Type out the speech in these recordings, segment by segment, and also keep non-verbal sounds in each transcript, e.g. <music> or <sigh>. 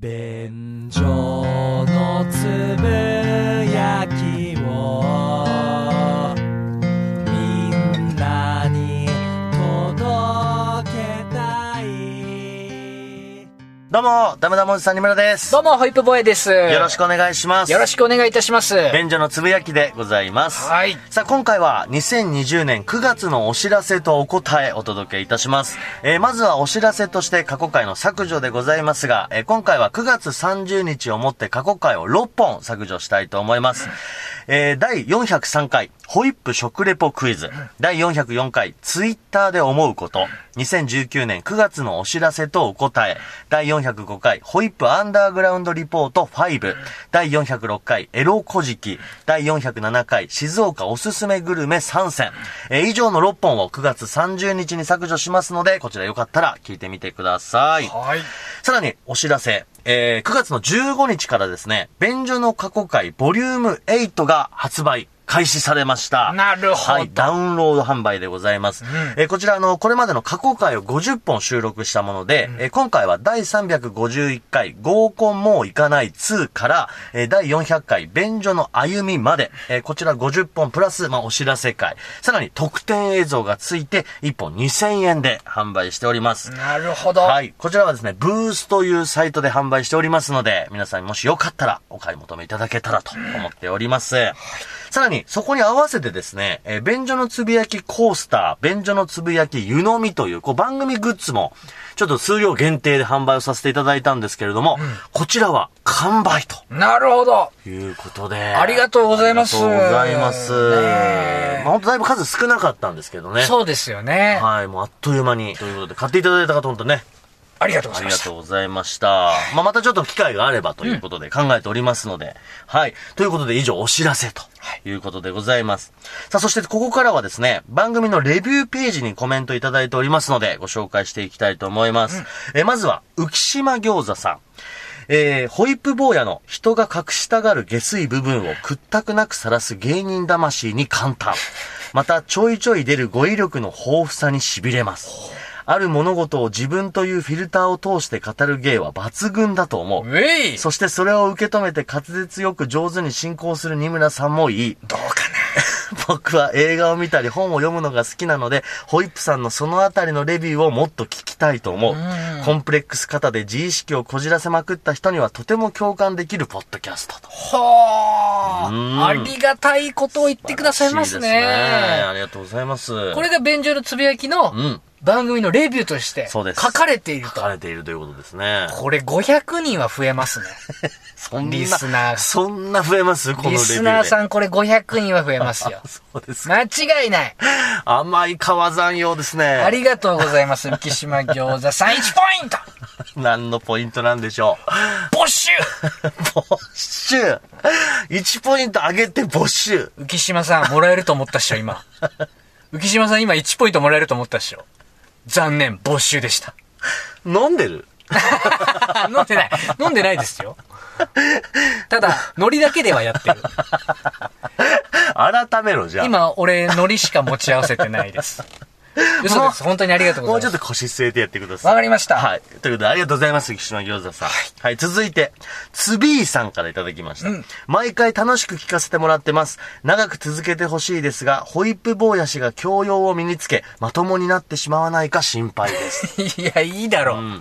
便所のつぶやきをみんなに届けたいどうも、ダメダモおじさんにむらです。どうも、ホイップボーイです。よよろしくお願いします。よろしくお願いいたします。便所のつぶやきでございます。はいさあ、今回は2020年9月のお知らせとお答えお届けいたします。えーまずはお知らせとして過去回の削除でございますが、えー今回は9月30日をもって過去回を6本削除したいと思います。えー第403回、ホイップ食レポクイズ。第404回、ツイッターで思うこと。2019年9月のお知らせとお答え。第405回、ホイップアンダーグラウンドリポート5。第406回、エロ古事記。第407回、静岡おすすめグルメ3選。えー以上の6本を9月30日に削除しますので、こちらよかったら聞いてみてください。はい。さらに、お知らせ。えー9月の15日からですね、便所の過去回ボリューム8が発売。開始されました。なるほどはい、ダウンロード販売でございます。えーこちら、あの、これまでの過去回を50本収録したもので、えー今回は第351回合コンもう行かない2から、えー第400回便所の歩みまで、えーこちら50本プラス、まあ、お知らせ会、さらに特典映像がついて、1本2000円で販売しております。なるほど。はい。こちらはですね、ブースというサイトで販売しておりますので、皆さんもしよかったらお買い求めいただけたらと思っております。さらに、そこに合わせてですね、えー便所のつぶやきコースター、便所のつぶやき湯飲みという、こう番組グッズも、ちょっと数量限定で販売をさせていただいたんですけれども、こちらは完売と。なるほど。いうことで。あありがとうございますありがとうございます。ねえまあ、ほんとだいぶ数少なかったんですけどね。そうですよね。はい、もうあっという間に。ということで、買っていただいた方、ほんとね、ありがとうあござりいまがした。とうございました。まあ、またちょっと機会があればということで考えておりますので、はい。ということで以上お知らせということでございます。さあ、そしてここからはですね、番組のレビューページにコメントいただいておりますので、ご紹介していきたいと思います。え、まずは、浮島餃子さん。えー、ホイップ坊やの人が隠したがる下水部分を屈託なく晒す芸人魂に簡単。また、ちょいちょい出る語彙力の豊富さに痺れます。ある物事を自分というフィルターを通して語る芸は抜群だと思ウう。ェイそしてそれを受け止めて滑舌よく上手に進行する二村さんもいい。どうか <laughs> 僕は映画を見たり本を読むのが好きなので、ホイップさんのそのあたりのレビューをもっと聞きたいと思う。コンプレックス型で自意識をこじらせまくった人にはとても共感できるポッドキャストと。なはあ。ありがたいことを言ってくださいます嬉しいですね。ありがとうございます。これが便所のつぶやきのん番組のレビューとしてそう書ですかれている書と。かれているということですね。これ500人は増えますね。 <laughs> そんな、リスナーそんな増えますこのレビリューで。。スナーさんこれ500人は増えますよ <laughs> そうですか。間違いない。甘い川山用ですね。ありがとうございます。浮島餃子さん1ポイント何のポイントなんでしょう。没収募集 !1 ポイント上げて募集浮島さん、もらえると思ったっしょ、今。浮島さん、今1ポイントもらえると思ったっしょ。残念、没収でした。飲んでる飲んでない。飲んでないですよ。ただ、ノリだけではやってる。改めろ、じゃあ。今、俺、ノリしか持ち合わせてないです。嘘です。本当にありがとうごもざういちょっます。と腰据えてやってください。わかりました。はい。ということで、ありがとうございます、岸島餃子さん。はい。続いて、つびーさんからいただきました。毎回楽しく聞かせてもらってます。長く続けてほしいですが、ホイップ坊や氏が教養を身につけ、まともになってしまわないか心配 <laughs> です。いや、いいだろう。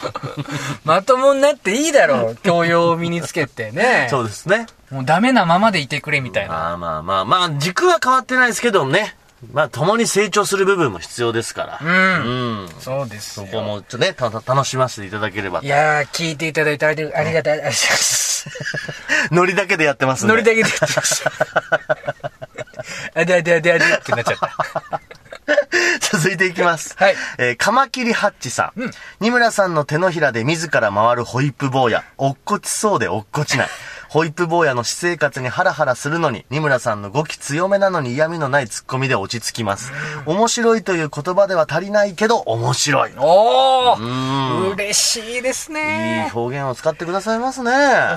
まともになっていいだろう。教養を身につけてね。そうですね。もうダメなままでいてくれみたいな。まあまあまあまあ、軸は変わってないですけどね。まあ、共に成長する部分も必要ですから。うん。うん。そうですそよ。こもちょっとね、た、た楽しませていただければい。やー、聞いていただいてありありがたい。ありがとうございます。 <laughs> ノリだけでやってますんでノリだけで言ってました。あであであであでってなっちゃった。 <laughs> 続いていきます。 <laughs> はいえーカマキリハッチさん。二村さんの手のひらで自ら回るホイップ坊や。落っこちそうで落っこち <laughs> ない。ホイップ坊やの私生活にハラハラするのに、二村さんの語気強めなのに嫌味のないツッコミで落ち着きます。面白いという言葉では足りないけど、面白い。いいおー嬉しいですね。表現を使ってくださいますね。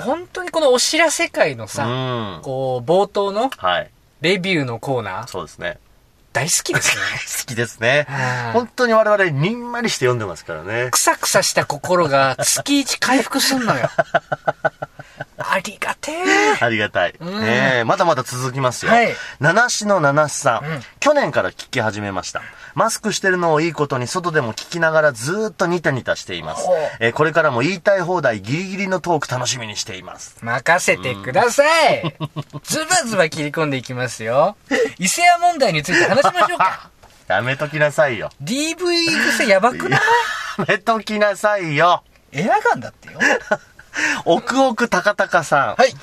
本当にこのお知らせ会のうさ、ん。こう、冒頭のはい。レビューのコーナー、そうですね。大好きですよね。好きですねはい。本当に我々にんまりして読んでますからねく。さくさした心が月一回復すんのよ。ありがてえ。ありがたい。んねえまだまだ続きますよ。はい七七の七七さん,、うん去年から聞き始めました。マスクしてるのをいいことに外でも聞きながらずーっとニタニタしていますほう。えーこれからも言いたい放題ギリギリのトーク楽しみにしています。任せてください。ズバズバ切り込んでいきますよ。伊勢屋問題について話しましょうか。やめときなさいよ。 DV 癖やばくないやめときなさいよ。エアガンだってよ。奥奥高高さん。はい。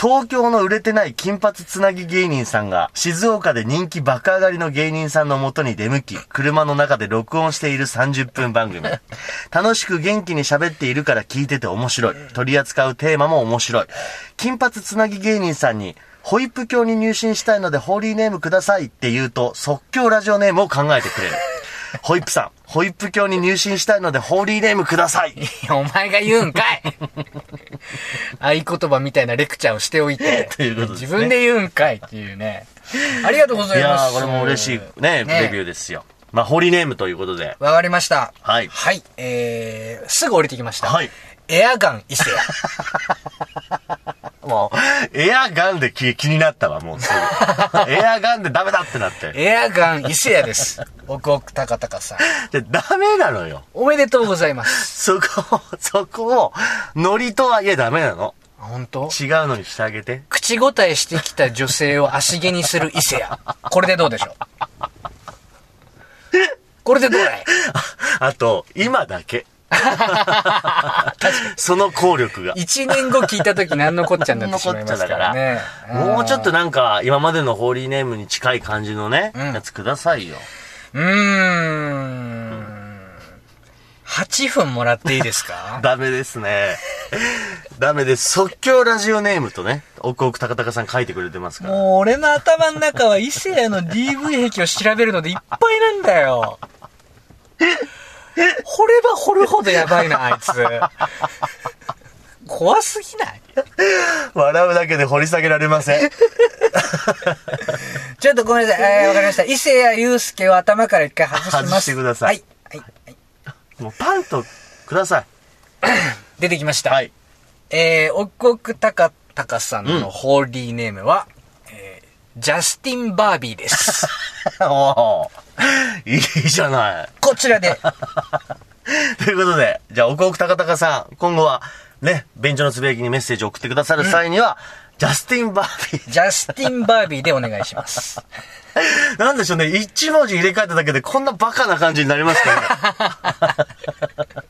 東京の売れてない金髪つなぎ芸人さんが、静岡で人気爆上がりの芸人さんのもとに出向き、車の中で録音している30分番組。楽しく元気に喋っているから聞いてて面白い。取り扱うテーマも面白い。金髪つなぎ芸人さんに、ホイップ教に入信したいのでホーリーネームくださいって言うと、即興ラジオネームを考えてくれる。ホイップさん、ホイップ教に入信したいのでホーリーネームください。いやお前が言うんかい <laughs> 合言葉みたいなレクチャーをしておいて。ということですね自分で言うんかいっていうね。ありがとうございいやます。ー、これも嬉しいね、レビューですよ。まあ、ホーリーネームということで。わかりました。はいはい。えー、すぐ降りてきました。はい。エアガン <laughs> 伊勢。もう、エアガンで気気になったわ、もうすぐ。エアガンでダメだってなって。エアガン伊勢屋です。奥奥高高さん。で、ダメなのよ。おめでとうございます。そこを、 <laughs> そこを、ノリとはいえダメなの。あ本当違うのにしてあげて。口答えしてきた女性を足毛にする伊勢屋。これでどうでしょうこれでどうだいあと、今だけ。その効力が。一年後聞いた時何のこっちゃになってしまいますからね。もうちょっとな。なんか、今までのホーリーネームに近い感じのね、んやつくださいよ。うーん。8分もらっていいですかダメですね。ダメです。即興ラジオネームとね、奥奥高高さん書いてくれてますから。 <laughs> もう俺の頭の中は伊勢屋の DV 壁を調べるのでいっぱいなんだよ。掘れば掘るほどやばいな、あいつ。怖すぎない笑うだけで掘り下げられま <laughs> せん。ちょっとごめんなさい。えーわかりました。伊勢谷友介を頭から一回外し外ましす。てくださいはい。はい。はい。もうパンとください。出てきました。はい。えー、おっこくたかたかさんのホーリーネームは、えージャスティン・バービー <laughs> です。 <laughs> おお。いいじゃない。こちらで。ということで、じゃあ、奥奥高高さん、今後は、ね、便所のつぶやきにメッセージを送ってくださる際には、ジャスティン・バービー。 <laughs> ジャスティン・バービーでお願いします。なんでしょうね、一文字入れ替えただけでこんなバカな感じになります <laughs> か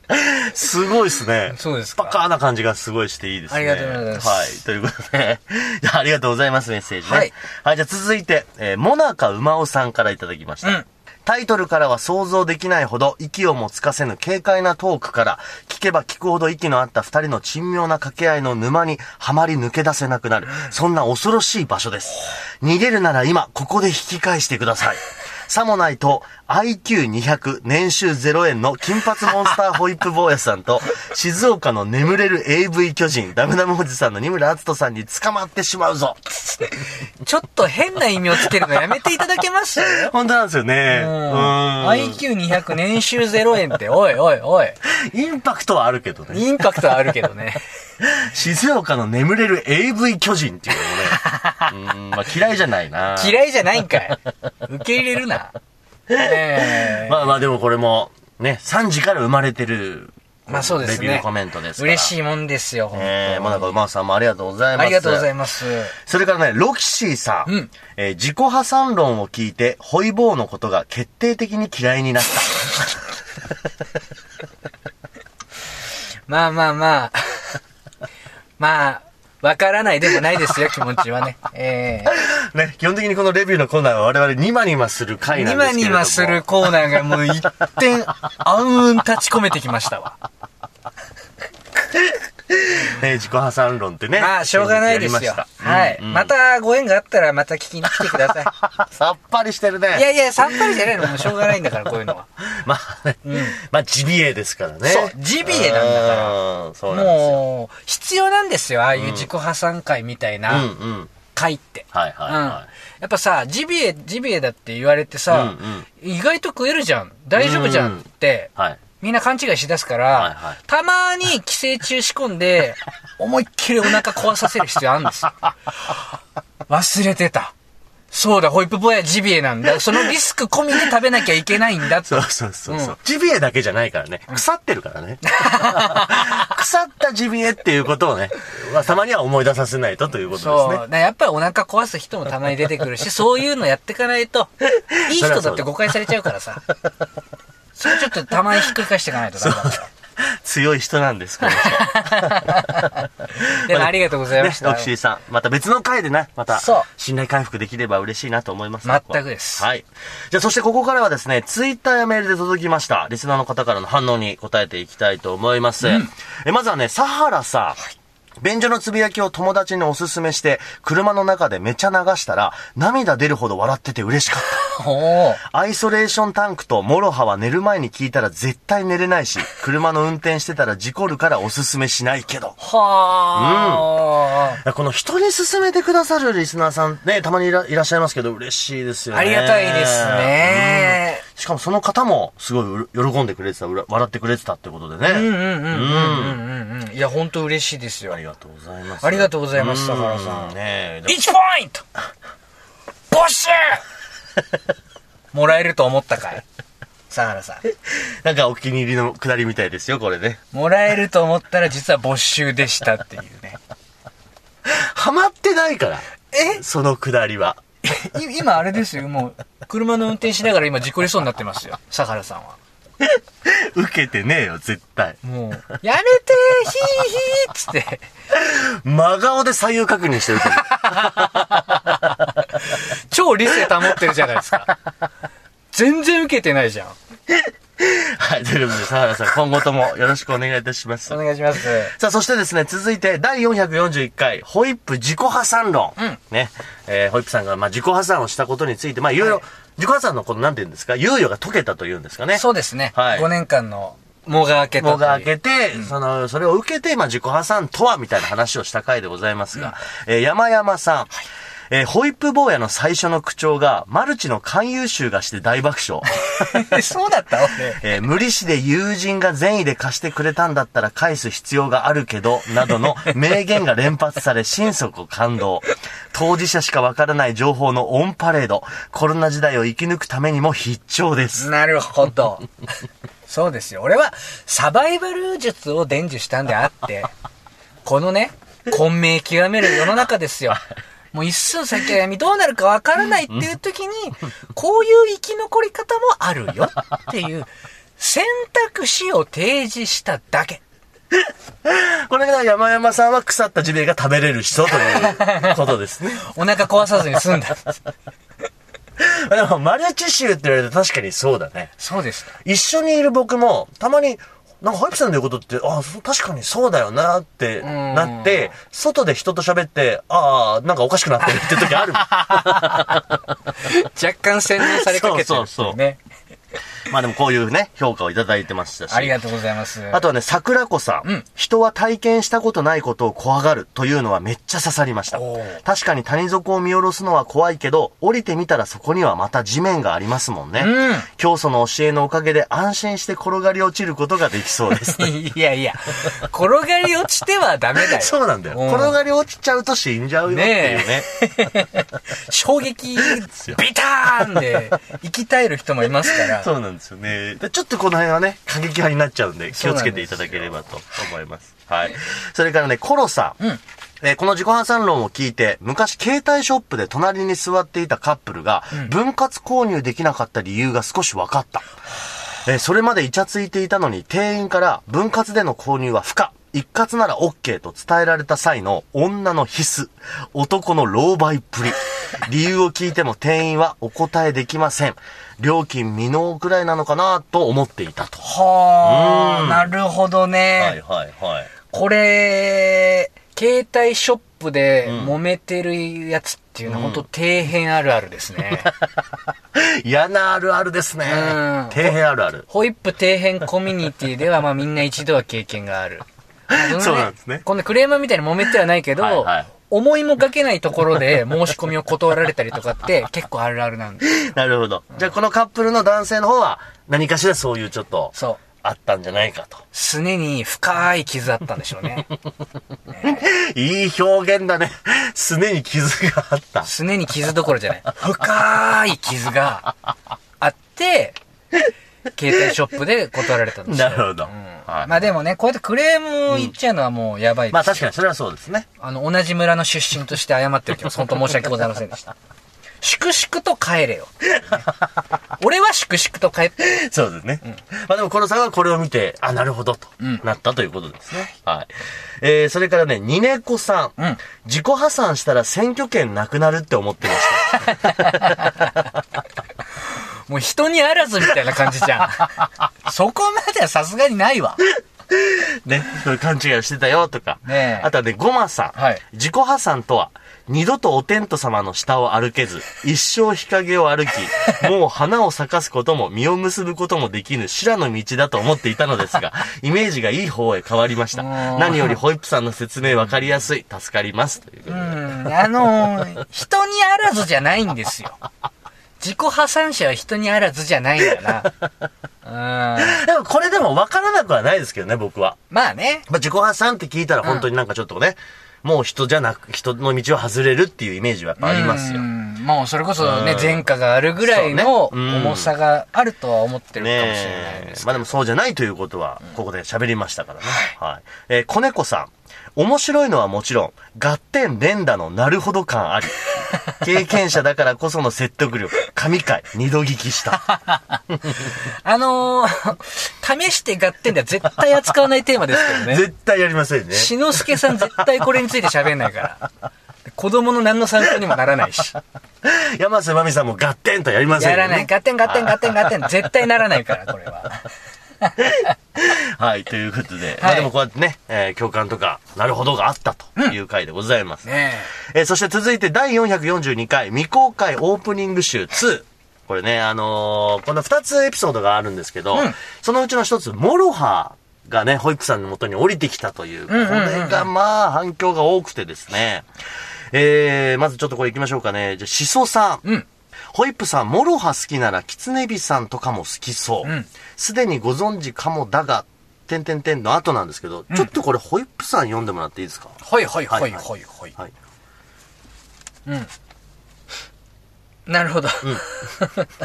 らね。すごいですね。そうですかバカな感じがすごいしていいですね。ありがとうございますはい、ということで、じゃあありがとうございます、メッセージね。ははいい。じゃあ続いて、えー、モナカ馬尾さんからいただきました。うんタイトルからは想像できないほど息をもつかせぬ軽快なトークから聞けば聞くほど息の合った二人の珍妙な掛け合いの沼にはまり抜け出せなくなる。そんな恐ろしい場所です。逃げるなら今、ここで引き返してください。さもないと、IQ200 年収0円の金髪モンスターホイップ坊やさんと、静岡の眠れる AV 巨人、ダムダムおじさんの二村篤人さんに捕まってしまうぞ。ちょっと変な意味をつけるのやめていただけます <laughs> 本当なんですよね。うーん。 IQ200 年収0円って、おいおいおい。インパクトはあるけどね。インパクトはあるけどね。静岡の眠れる AV 巨人っていう <laughs> のもね、うーん、まあ嫌いじゃないな。嫌いじゃないんかい。受け入れるな。ええまあまあでもこれも、ね、3時から生まれてる、まあそうですね。レビューコメントですから。嬉しい。いもんですよ、本当にえー、もなかうまさんもありがとうございます。ありがとうございます。ます。それからね、ロキシーさん。うんえー自己破産論を聞いて、ホイボーのことが決定的に嫌いにな <laughs> った。まあまあまあ。まあ、わからないでもないですよ、気持ちはね。えね、基本的にこのレビューのコーナーは我々ニマニマするえ回なニんですマけれども。ニマする。コーナーがもう一点、あうんうん立ち込めてきましたわ。 <laughs> ね、自己破産論ってね。 <laughs> まあ、しょうがないですやりよま。したはい。うんうんまたご縁があったらまた聞きに来てください。 <laughs> さっぱりしてるね。いやいや、さっぱりじゃないのもうしょうがないんだから、こういうのは。 <laughs> まあね、まあジビエですからね。そうジビエなんだからら。そうなんですよ。もう、必要なんですよ、ああいう自己破産会みたいな。うんうん。回って。はいはいはいうん。やっぱさ、ジビエ、ジビエだって言われてさ、意外と食えるじゃん。大丈夫じゃんって、はい。みんな勘違いしだすから、はいはいたまに寄生虫仕込ん <laughs> で、思いっきりお腹壊させる必要あるんですよ。忘れてた。そうだ、ホイップボーイはジビエなんだ。そのリスク込みで食べなきゃいけないんだってそうそうそうそう、うんジビエだけじゃないからね。腐ってるからね。 <laughs> 腐ったジビエっていうことをね、まあ、たまには思い出させないとということですね。そう。だからやっぱりお腹壊す人もたまに出てく <laughs> るし、そういうのやっていかないと、いいそりゃそう人だだって誤解されちゃうか <laughs> らさ。それちょっとたまにひっくり返していかないとダメだか強い人なんです、この人。ら。でもありがとうございまねし、た。ロキシーさん。また別の回でね、またそう、信頼回復できれば嬉しいなと思います。全くですはい。じゃあ、そしてここからはですね、ツイッターやメールで届きました、リスナーの方からの反応に答えていきたいと思います。えまずはね、サハラさん。便所のつぶやきを友達におすすめして、車の中でめちゃ流したら、涙出るほど笑ってて嬉しかった。おー <laughs> アイソレーションタンクとモロハは寝る前に聞いたら絶対寝れないし、車の運転してたら事故るからおすすめしないけど。はあ、この人に勧めてくださるリスナーさんね、たまにいらいらっしゃいますけど、嬉しいですよね。ありがたいですね。うん。しかもその方も、すごいうる喜んでくれてた、うら笑ってくれてたってことでね。うんうんうんうんうんうん。いや、本当嬉しいですよ。ありがとうございます。ありがとうございますうん佐原さねんえでも1ポイントボッシ <laughs> ュもらえると思ったかい相良さん。なんかお気に入りのくだりみたいですよ、これね。もらえると思ったら実は没収でしたっていうね。ハマってないから。えそのくだりは。い今あれですよ、もう。車の運転しながら今事故りそうになってますよ、相良さんは。受けてねえよ、絶対。もう、やめてヒーヒーっつって、真顔で左右確認してると思う。 <laughs> 超理性保ってるじゃないですか。全然受けてないじゃん。はい、ということで、佐原さん、今後ともよろしくお願いいたしますお。願いします。さあ、そしてですね、続いて、第441回、ホイップ自己破産論。うんね。えーホイップさんが、まあ、自己破産をしたことについて、まあ、いろいろ、自己破産の、この、なんて言うんですか、猶予が解けたというんですかね。そうですね。はい5年間の、もが開けたともいう。が開けて、その、それを受けて、まあ、自己破産とは、みたいな話をした回でございますが、えー山山さん。えーホイップ坊やの最初の口調が、マルチの勧誘集がして大爆笑。 <laughs> そうだった俺。えー無利子で友人が善意で貸してくれたんだったら返す必要があるけど、などの名言が連発され心底感動。当事者しかわからない情報のオンパレード。コロナ時代を生き抜くためにも必聴です。なるほど。 <laughs> そうですよ。俺はサバイバル術を伝授したんであって、このね、混迷極める世の中ですよ。もう一寸先は闇どうなるかわからないっていう時に、こういう生き残り方もあるよっていう選択肢を提示しただけ。これが山山さんは腐ったジビエが食べれる人ということですね。 <laughs> お腹壊さずに済んだ。でも、マルチ臭って言われて確かにそうだね。 <laughs> そうですか。一緒にいる僕も、たまに、なんか、ハイプさんの言うことって、ああ、そう確かにそうだよなってんなって、外で人と喋って、ああ、なんかおかしくなってるって時あるもん。若干洗脳されかけてるっていうね。 <laughs> まあでもこういうね、評価をいただいてましたし。ありがとうございます。あとはね、桜子さん,、うん人は体験したことないことを怖がるというのはめっちゃ刺さりましたおー。確かに谷底を見下ろすのは怖いけど、降りてみたらそこにはまた地面がありますもんね。うん。教祖の教えのおかげで安心して転がり落ちることができそう <laughs> ですいやいや、転がり落ちてはダメだよ。そうなんだよ。うん転がり落ちちゃうと死んじゃうよっていうね。ね衝撃、ビターンで、生き絶える人もいますから。 <laughs> <laughs> そうなんですよね。でちょっとこの辺はね、過激派になっちゃうんで、気をつけていただければと思います。はい。それからね、コロさん。うんえーこの自己破産論を聞いて、昔携帯ショップで隣に座っていたカップルが、分割購入できなかった理由が少し分かった。えーそれまでイチャついていたのに店員から分割での購入は不可。一括なら OK と伝えられた際の女の必須。男の狼狽っぷり。理由を聞いても店員はお答えできません。料金未納くらいなのかなと思っていたと。はうあ、んなるほどね。はいはい。これ、携帯ショップで揉めてるやつっていうのは、本当底辺あるあるです <laughs> ね。嫌なあるあるですね。うん底辺あるある。ホイップ底辺コミュニティでは、まあみんな一度は経験がある。のそうなんですねこんなクレームみたいに揉めてはないけど、はいはい思いもかけないところで <laughs> 申し込みを断られたりとかって結構あるあるなんで。なるほど。じゃあこのカップルの男性の方は何かしらそういうちょっと、そう。あったんじゃないかと。すねに深い傷あったんでしょうね。いい表現だね。 <laughs> すねに傷があった。すねに傷どころじゃない。深い傷があって、携帯ショップで断られたんですよ。なるほどうんはいまあでもね、こうやってクレームを言っちゃうのはもうやばいです、まあ確かにそれはそうですね。あの、同じ村の出身として謝っておきます。本当申し訳ございませんでした。粛々と帰 <laughs> れよ。俺は粛々と帰って。そうですね。まあでもこのさんはこれを見て、あ、なるほどと、んなったということですね。はい。えー、それからね、ニネコさん,、うん自己破産したら選挙権なくなるって思ってましもう人にあらずみたいな感じじゃん。そこまではさすがにないわ。た。ね。そういう勘違いしてたよとか。ねえあとはね、ゴマさん。はい自己破産とは、二度とお天道様の下を歩けず、一生日陰を歩 <laughs> き、もう花を咲かすことも実を結ぶこともできぬ修羅の道だと思っていたのです <laughs> が、イメージがいい方へ変わりました。もう何よりホイップさんの説明わかりやすい。助かります。ということうで。ん、あのー人にあらずじゃないんですよ。自己破産者は人にあらずじゃないんだな。うん。でもこれでも分からなくはないですけどね、僕は。まあね。まあ、自己破産って聞いたら本当になんかちょっとね、もう人じゃなく、人の道を外れるっていうイメージはやっぱありますよう。んもうそれこそねう、ん前科があるぐらいのそうねうん重さがあるとは思ってるかもしれないねでえす。。まあでもそうじゃないということは、ここで喋りましたからね。はい。えー、子猫さん。面白いのはもちろん、合点連打のなるほど感 <laughs> あり。経験者だからこその説得力。神回、二度聞き <laughs> した。あのー、試して合点では絶対扱わないテーマですけどね。絶対やりませんね。しのすけさん絶対これについて喋んないから。子供の何の参考にもならないし。山瀬まみさんも合点とやりませんやよね。らない。合点合点合点合点。絶対ならないから、これは。はい、ということで、まあでもこうやってね、えー共感とか、なるほどがあったという回でございます。ねえーそして続いて第442回未公開オープニング集2。これね、あのーこの2つエピソードがあるんですけど、うんそのうちの1つ、モロハがね、保育さんの元に降りてきたという、こんうれんうんうんがまあ反響が多くてですね、えー、まずちょっとこれ行きましょうかね。じゃあ、しそさん。うんホイップさん、モロハ好きなら、キツネビさんとかも好きそううん。す、で、にご存知かもだが、てんてんてんの後なんですけど、ちょっとこれホイップさん読んでもらっていいですかほいほいほはいいはいほいほい。 <laughs> はい。なるほど。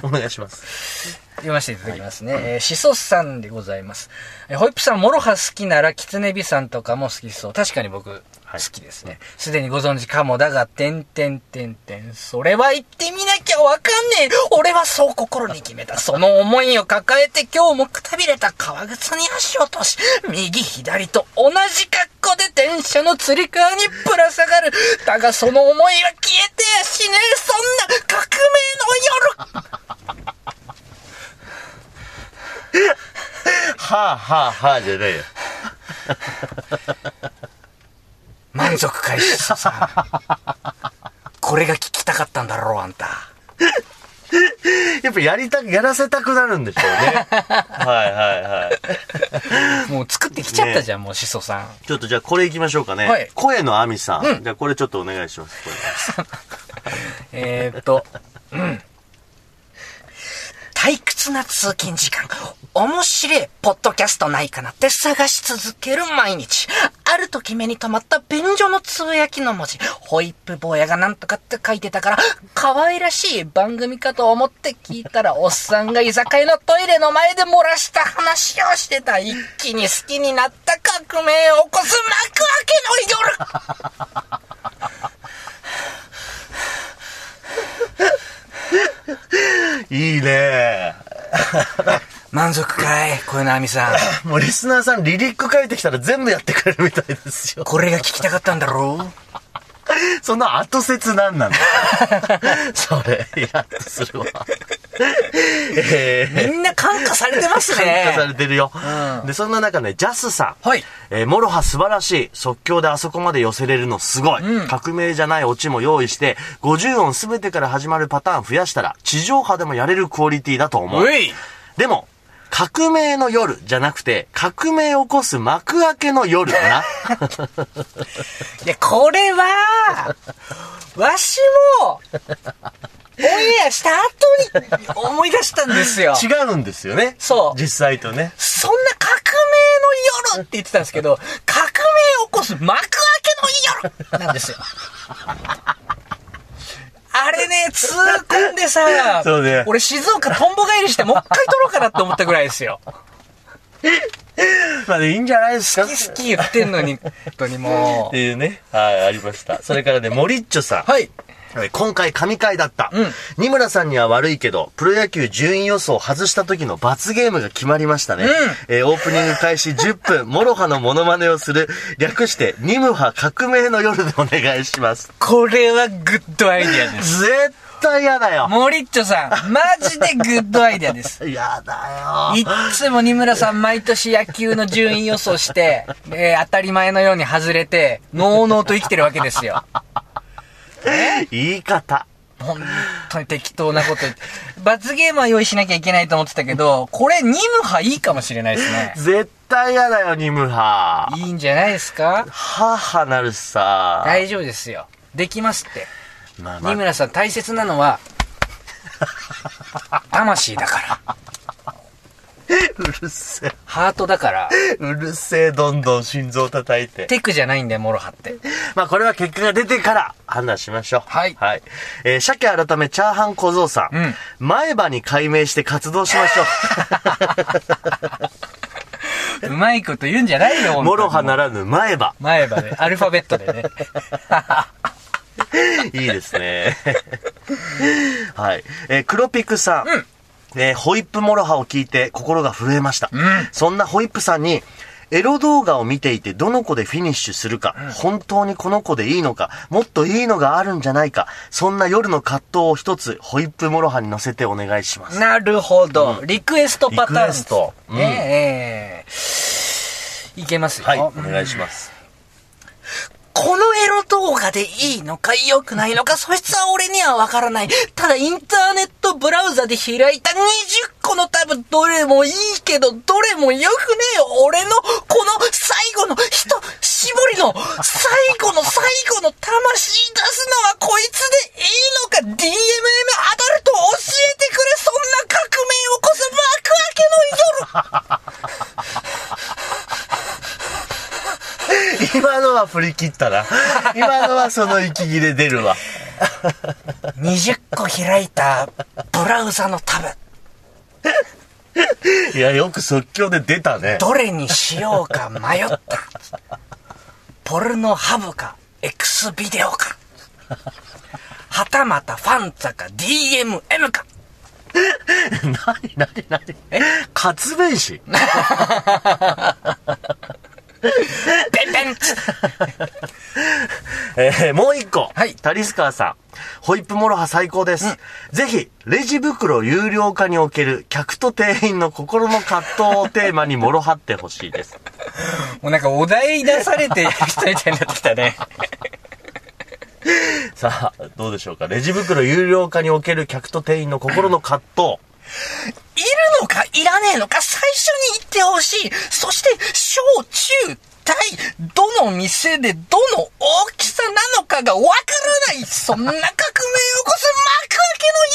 お願いします。読ませていただきますね。えーシソさんでございます。えーホイップさん、モロハ好きなら、キツネビさんとかも好きそう。確かに僕、好はいきですね。す、で、にご存知かもだが、てんてんてんてん。それは言ってみなきゃわかんねえ。俺はそう心に決めた。その思いを抱えて今日もくたびれた革靴に足を落とし、右左と同じ格好で電車のつり革にぶら下がる。だがその思いは消えてやしねえ。そんな革命の夜はあはあはあじゃねえよ。満足かいしさこれが聞きたかったんだろうあんたやっぱやりたく、やらせたくなるんでしょうね。 <laughs> はいはいはい。もう作ってきちゃったじゃん、もうしそさんちょっとじゃあこれいきましょうかね。はい声のあみさん。じゃあこれちょっとお願いします。これえー、っと、うん。退屈な通勤時間。面白いポッドキャストないかなって探し続ける毎日。ある時目に留まった便所のつぶやきの文字。ホイップ坊やがなんとかって書いてたから、可愛らしい番組かと思って聞いたら、おっさんが居酒屋のトイレの前で漏らした話をしてた。一気に好きになった革命を起こす幕開けの夜いいね <laughs> 満足かい小柳さん。もうリスナーさんリリック書いてきたら全部やってくれるみたいですよ。これが聞きたかったんだろうその後説なんなの <laughs> それ、イラッとするわ。えーみんな感化されてますね。感化されてるよ。うんで、そんな中ね、ジャスさん。はいえーモロハ素晴らしい。即興であそこまで寄せれるのすごい。革命じゃないオチも用意して、50音すべてから始まるパターン増やしたら、地上波でもやれるクオリティだと思う。ういでも、革命の夜じゃなくて、革命を起こす幕開けの夜だな。いや、これは、わしも、オンエアした後に思い出したんで <laughs> すよ。 <laughs> 違うんですよね。そう実際とね。そんな革命の夜って言ってたんですけど、革命を起こす幕開けの夜なんで <laughs> すよ。あれね、痛恨でさ、そうね俺静岡トンボ帰りしてもう一回撮ろうかなって思ったぐらいですよ。まあでいいんじゃないですか好き好き言ってんのに、本当にも <laughs> っていうね。はい、ありました。それからね、モリッチョさん。 <laughs> う。はい。えー今回神回だった。うん二村さんには悪いけど、プロ野球順位予想を外した時の罰ゲームが決まりましたね。えーオープニング開始10分、モロハのモノマネをする、略して、ニムハ革命の夜でお願いします。これはグッドアイディアです。絶対嫌だよ。モリッチョさん、マジでグッドアイディアです。嫌だよ。いっつも二村さん毎年野球の順位予想して、えー当たり前のように外れて、のうのうと生きてるわけですよ。言い方。本当に適当なこと言って。罰ゲームは用意しなきゃいけないと思ってたけど、これ二ムハいいかもしれないですね。絶対嫌だよ、ニムハ。いいんじゃないですかははなるさ。大丈夫ですよ。できますって。まあま二あ、村さん大切なのは、魂だから。うるせハートだから、え。うるせえ、どんどん心臓叩いて。テクじゃないんだよ、モロハって。 <laughs> まあこれは結果が出てから判断しましょう。はいはい。えー、鮭改めチャーハン小僧さん。うん前歯に改名して活動しま <laughs> しょうまいこと言うんじゃないよ、本う。当にもろはならぬ前歯。 <laughs> 前歯で、アルファベットでね。いいですね。 <laughs> はい。えー、黒ピクさん。えーホイップモロハを聞いて心が震えました。そんなホイップさんに、エロ動画を見ていてどの子でフィニッシュするか、本当にこの子でいいのか、もっといいのがあるんじゃないか、そんな夜の葛藤を一つ、ホイップモロハに乗せてお願いします。なるほど。リクエストパターン。リクエストうんねええいけますよ。はい、お願いします。このエロ動画でいいのか良くないのか、そいつは俺にはわからない。ただインターネットブラウザで開いた20個のタブ、どれもいいけど、どれも良くねえよ。俺の、この最後の人、絞りの、最後の最後の魂出すのはこいつでいいのか、DMM アダルト教えてくれ、そんな革命を起こす幕開けの夜。今のは振り切った <laughs> な。今のはその息切れ出るわ。 20個開いたブラウザのタブ。いや、よく即興で出たね。どれにしようか迷った。ポルノハブか、X ビデオか。はたまたファンザか、DMM か。なになになにえ活弁士ペンペンえーもう一個。はいタリスカーさん。ホイップモロハ最高です。ぜひ、レジ袋有料化における客と店員の心の葛藤をテーマにモロハってほしいです。もうなんかお題出されてる人みたいになってきたね。 <laughs> さあ、どうでしょうか。レジ袋有料化における客と店員の心の葛藤。いるのかいらねえのか最初に言ってほしい。そして、小中大、どの店でどの大きさなのかがわからない。そんな革命を起こす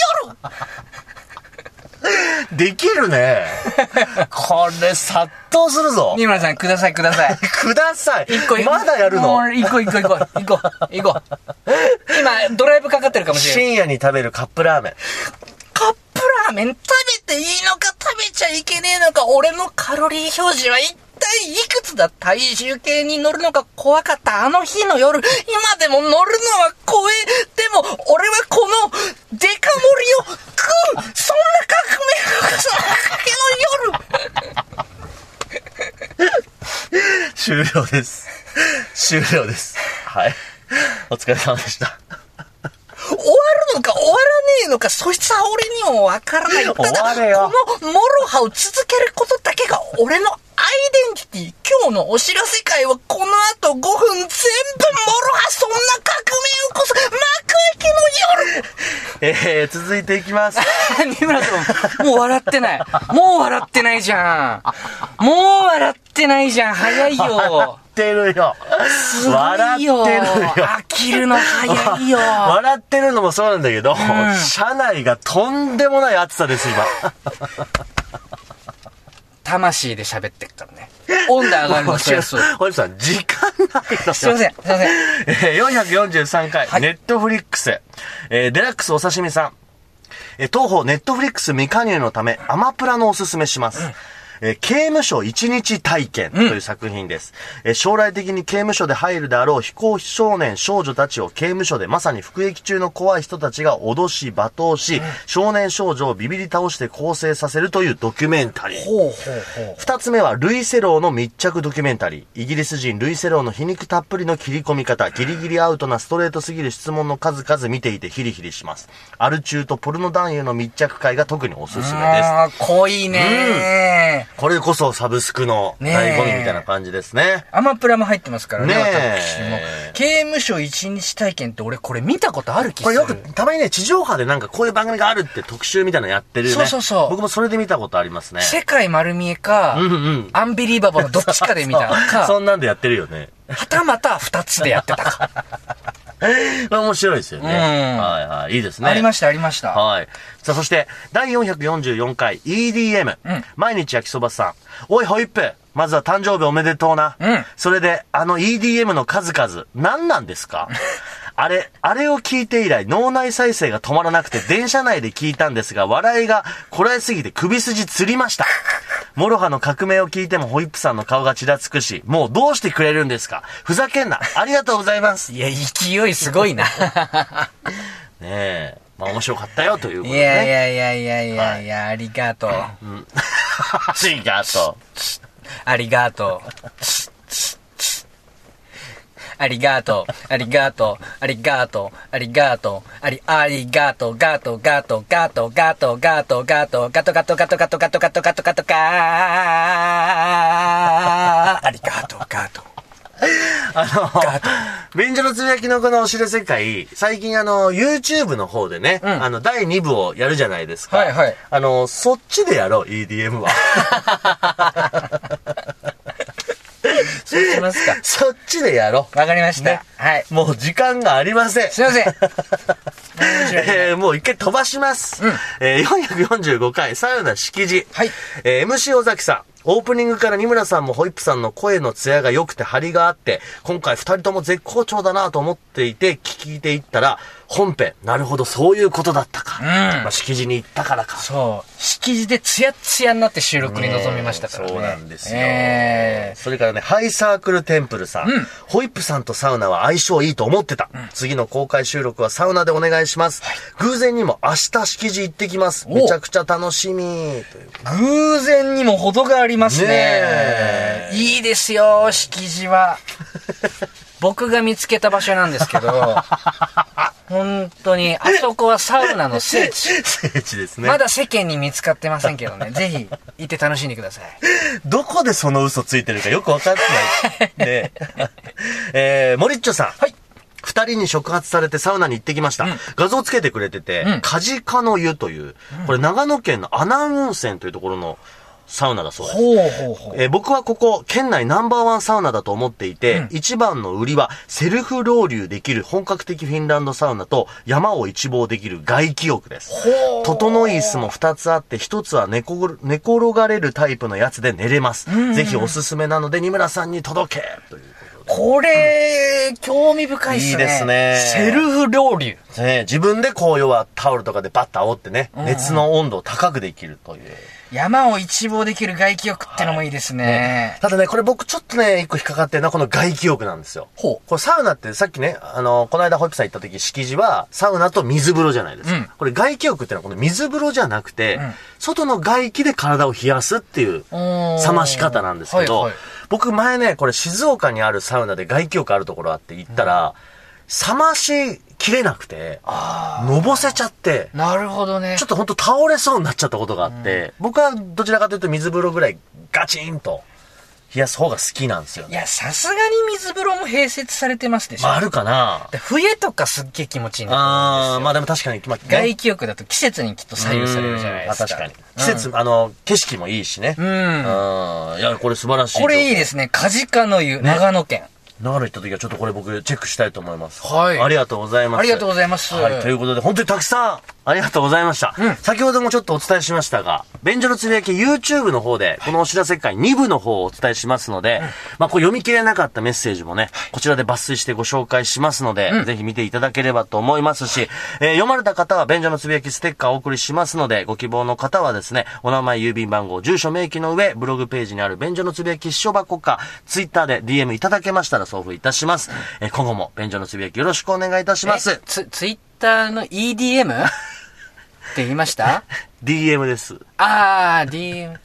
<laughs> 幕開けの夜できるね。これ、殺到するぞ。三村さん、ください、ください。ください一個。まだやるのもう一個一個一個。一個、一個。今、ドライブかかってるかもしれない。深夜に食べるカップ <laughs> ラーメン。カップラーメン食べていいのか食べちゃいけねえのか、俺のカロリー表示は一体いくつだ体重計に乗るのが怖かったあの日の夜、今でも乗るのは怖え。でも、俺はこの、デカ盛りを食うそんな革命を起こすの夜終了です。 <laughs> 終了です。はい。お疲れ様でした。 <laughs> 終わるのか終わらねえのか、そいつは俺にもわからない。た終われだ、よこのモロハを続けることだけが俺のアイデンティティ。今日のお知らせ会はこの後5分全部モロハ、そんな革命を起こす幕開けの夜えー、続いていきます。三村さん、 <laughs> もう笑ってない。もう笑ってないじゃん。もう笑ってないじゃん。早い笑よ。ってるよ。すごいよ。笑ってるよ。飽きるの早いよ。 <laughs> 笑ってるのもそうなんだけど、車内がとんでもない暑さです、今。魂で喋ってっからね。温度上がるのそ <laughs> りゃそう。堀さん、時間ないのよすいません、すいません。えー443回、はいネットフリックス、えーデラックスお刺身さん、えー当方ネットフリックス未加入のため、アマプラのおすすめします。えー刑務所一日体験という作品です、えー将来的に刑務所で入るであろう非行少年少女たちを刑務所でまさに服役中の怖い人たちが脅し罵倒し、少年少女をビビり倒して構成させるというドキュメンタリー。ほうほうほう。二つ目は、ルイ・セローの密着ドキュメンタリー。イギリス人、ルイ・セローの皮肉たっぷりの切り込み方、ギリギリアウトなストレートすぎる質問の数々見ていてヒリヒリします。アル中とポルノ男優の密着会が特におすすめです。ああ、濃いね、これこそサブスクのねえ醍醐味みたいな感じですね。アマプラも入ってますからね、ねえ私も。刑務所一日体験って俺これ見たことある気すこる。れよく、たまにね、地上波でなんかこういう番組があるって特集みたいなのやってるね。そうそうそう僕もそれで見たことありますね。世界丸見えか、うんうん。アンビリーバボーのどっちかで見 <laughs> たか、 <laughs> そんなんでやってるよね。はたまた二つでやってた <laughs> か。これ面白いですよね。うんはいはい。いいですね。ありました、ありました。はい。さあ、そして、第444回 EDM。うん毎日焼きそばさん。おい、ホイップ。まずは誕生日おめでとうな。うんそれで、あの EDM の数々、何なんです <laughs> かあれ、あれを聞いて以来、脳内再生が止まらなくて、電車内で聞いたんですが、笑いがこらえすぎて首筋つり <laughs> ました。モロハの革命を聞いてもホイップさんの顔がちらつくし、もうどうしてくれるんですかふざけんな。ありがとうございます。ねいや、勢いすごい <laughs> な。え。まあ面白かったよ、というこいとで、ね。や <laughs> いやいやいやいやいや、ありがとう。ありがとう。ありがとう。ありがとう、ありがとう、ありがとう、ありがとう、あり、ありがとう、ガトガトガトガトガトガトガトガトガトガトガトガトガトガトガありがとう、ガト。あの、便所のつぶやきのこのお知らせ会、最近あの、YouTube の方でね、んあの、第2部をやるじゃないですか。はいはいあの、そっちでやろう、EDM <laughs> は。そうしますか。そっちでやろわかりました。はい。う。もう時間がありません。すいません。えーもう一回飛ばします。うんえー445回、サウナ敷地。はいえー MC 尾崎さん。オープニングから二村さんもホイップさんの声の艶が良くて張りがあって、今回二人とも絶好調だなと思っていて、聞いていったら、本編、なるほど、そういうことだったか。まあ、敷地に行ったからか。そう。敷地でツヤツヤになって収録に臨みましたからね。そうなんですよ。えそれからね、ハイサークルテンプルさん。ホイップさんとサウナは相性いいと思ってた。次の公開収録はサウナでお願いします。偶然にも明日敷地行ってきます。おめちゃくちゃ楽しみ。というー偶然にも程がありますねね。いいですよ、敷地は。 <laughs> 僕が見つけた場所なんですけど、本当に、あそこはサウナの聖地。聖地ですね。まだ世間に見つかってませんけ <laughs> どね。ぜひ、行って楽しんでください。どこでその嘘ついてるかよくわかってない。ね <laughs> えー、モリッチョさん。はい。二人に触発されてサウナに行ってきました。画像つけてくれてて、うんカジカの湯という、これ長野県の阿南温泉というところのサウナだそうです。ほうほうほう。えー僕はここ、県内ナンバーワンサウナだと思っていて、一番の売りは、セルフロウリュできる本格的フィンランドサウナと、山を一望できる外気浴です。ほう整い椅子も2つあって、1つは寝こご寝転がれるタイプのやつで寝れます。ぜひおすすめなので、二村さんに届けというここれ、興味深いっすね。いいですねセルフロウリュ。とでね自分でこう、要はタオルとかでバッと煽ってね、熱の温度を高くできるという。山を一望できる外気浴ってのもいいですね。ただね、これ僕ちょっとね、一個引っかかってるのはこの外気浴なんですよ。ほうこれサウナってさっきね、あの、この間ホイップさん行った時、敷地はサウナと水風呂じゃないですか。うんこれ外気浴ってのはこの水風呂じゃなくて、ん外の外気で体を冷やすっていうおー冷まし方なんですけど、はいはい僕前ね、これ静岡にあるサウナで外気浴あるところあって行ったら、冷ましきれなくて、のぼせちゃって、なるほどねちょっ。とほんと倒れそうになっちゃったことがあって、僕はどちらかというと水風呂ぐらいガチンと冷やす方が好きなんですよいね。や、さすがに水風呂も併設されてますでしょ。まあ、あるかなで冬とかすっげえ気持ちいいんだとあー、ま思うんあでも確かに、まあ、ですよ。外気浴だと季節にきっと左右されるじゃないですか。うんまあ確かに。季節、あの、景色もいいしね。うん。うんいや、これ素晴らしい。これいいですね。カジカの湯、長野県。長野行った時はちょっとこれ僕チェックしたいと思います。はいありがとうございます。ありがとうございますはい。ということで、本当にたくさんありがとうございました。うん先ほどもちょっとお伝えしましたが、便所のつぶやき YouTube の方で、このお知らせ会2部の方をお伝えしますので、まあ、こう読み切れなかったメッセージもね、こちらで抜粋してご紹介しますので、ぜひ見ていただければと思いますし、えー読まれた方は便所のつぶやきステッカーをお送りしますので、ご希望の方はですね、お名前、郵便番号、住所、名義の上、ブログページにある便所のつぶやき秘書箱か、Twitter で DM いただけましたら送付いたします。えー今後も便所のつぶやきよろしくお願いいたしまえす。ツツイッターの <laughs> EDM? って言いました DM です。あー、DM。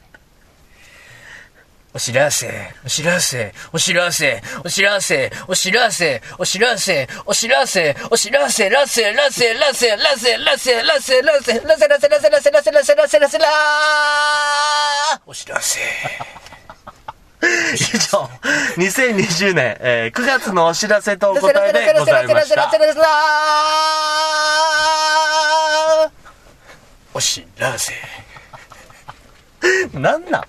お知らせ、お知らせ、お知らせ、お知らせ、お知らせ、お知らせ、お知らせ、お知らせ、らせ、らせ、らせ、らせ、らせ、らせ、らせ、らせ、らせ、らせ、らせ、らせ、らせ、らせ、らせ、らお知らせ。以上、2020年、えー9月のお知らせとお答えでございました。お知らせ。なんなん